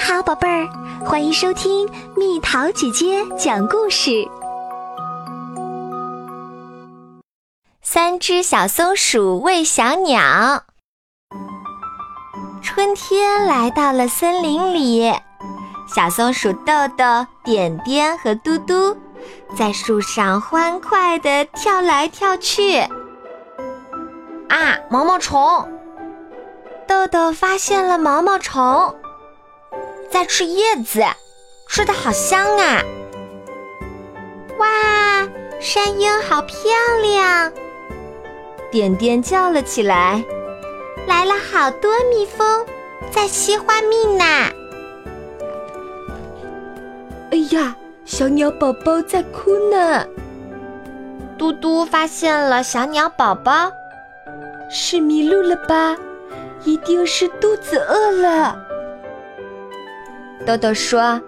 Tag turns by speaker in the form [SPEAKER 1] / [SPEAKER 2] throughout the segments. [SPEAKER 1] 好宝贝儿，欢迎收听蜜桃姐姐讲故事。
[SPEAKER 2] 三只小松鼠喂小鸟。春天来到了森林里，小松鼠豆豆、点点和嘟嘟在树上欢快地跳来跳去。
[SPEAKER 3] 啊，毛毛虫！
[SPEAKER 2] 豆豆发现了毛毛虫，在吃叶子，吃的好香啊！哇，山樱好漂亮！点点叫了起来。来了好多蜜蜂，在吸花蜜呢。
[SPEAKER 4] 哎呀，小鸟宝宝在哭呢。
[SPEAKER 3] 嘟嘟发现了小鸟宝宝，
[SPEAKER 4] 是迷路了吧？一定是肚子饿了。
[SPEAKER 3] 豆豆说：“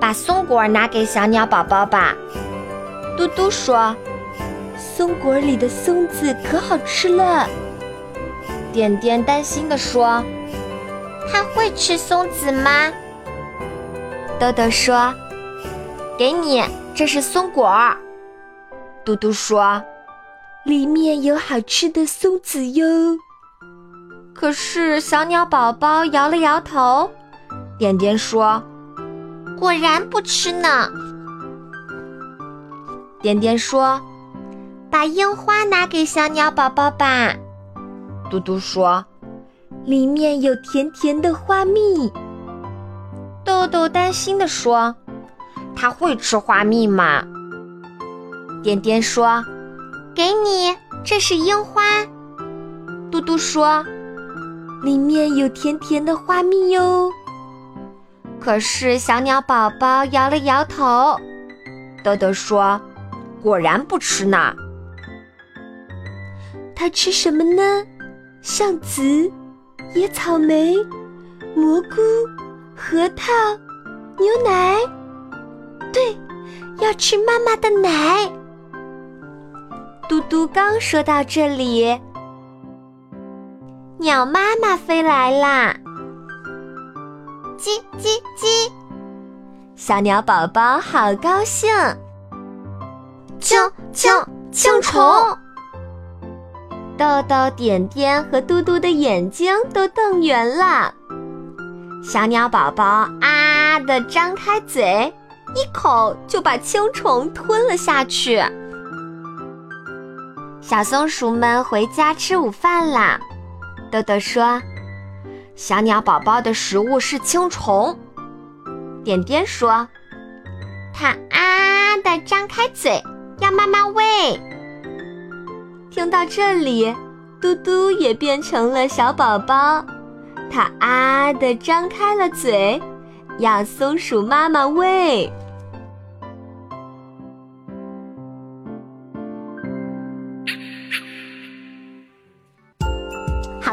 [SPEAKER 3] 把松果拿给小鸟宝宝吧。”嘟嘟说：“
[SPEAKER 4] 松果里的松子可好吃了。”
[SPEAKER 3] 点点担心地说：“
[SPEAKER 2] 他会吃松子吗？”
[SPEAKER 3] 豆豆说：“给你，这是松果。”嘟嘟说：“
[SPEAKER 4] 里面有好吃的松子哟。”
[SPEAKER 3] 可是小鸟宝宝摇了摇头。点点说：“
[SPEAKER 2] 果然不吃呢。”
[SPEAKER 3] 点点说：“
[SPEAKER 2] 把樱花拿给小鸟宝宝吧。”
[SPEAKER 3] 嘟嘟说：“
[SPEAKER 4] 里面有甜甜的花蜜。”
[SPEAKER 3] 豆豆担心地说：“他会吃花蜜吗？”点点说：“
[SPEAKER 2] 给你，这是樱花。”
[SPEAKER 3] 嘟嘟说：“
[SPEAKER 4] 里面有甜甜的花蜜哟。”
[SPEAKER 3] 可是小鸟宝宝摇了摇头。豆豆说：“果然不吃呢。”
[SPEAKER 4] 它吃什么呢？橡子、野草莓、蘑菇、核桃、牛奶，对，要吃妈妈的奶。
[SPEAKER 2] 嘟嘟刚说到这里，鸟妈妈飞来啦！叽叽叽，小鸟宝宝好高兴。
[SPEAKER 3] 啾啾啾虫。
[SPEAKER 2] 豆豆、点点和嘟嘟的眼睛都瞪圆了，小鸟宝宝啊的张开嘴，一口就把青虫吞了下去。小松鼠们回家吃午饭啦。豆豆说：“小鸟宝宝的食物是青虫。”点点说：“它啊的张开嘴，要妈妈喂。”听到这里，嘟嘟也变成了小宝宝，它啊的张开了嘴，要松鼠妈妈喂。
[SPEAKER 1] 好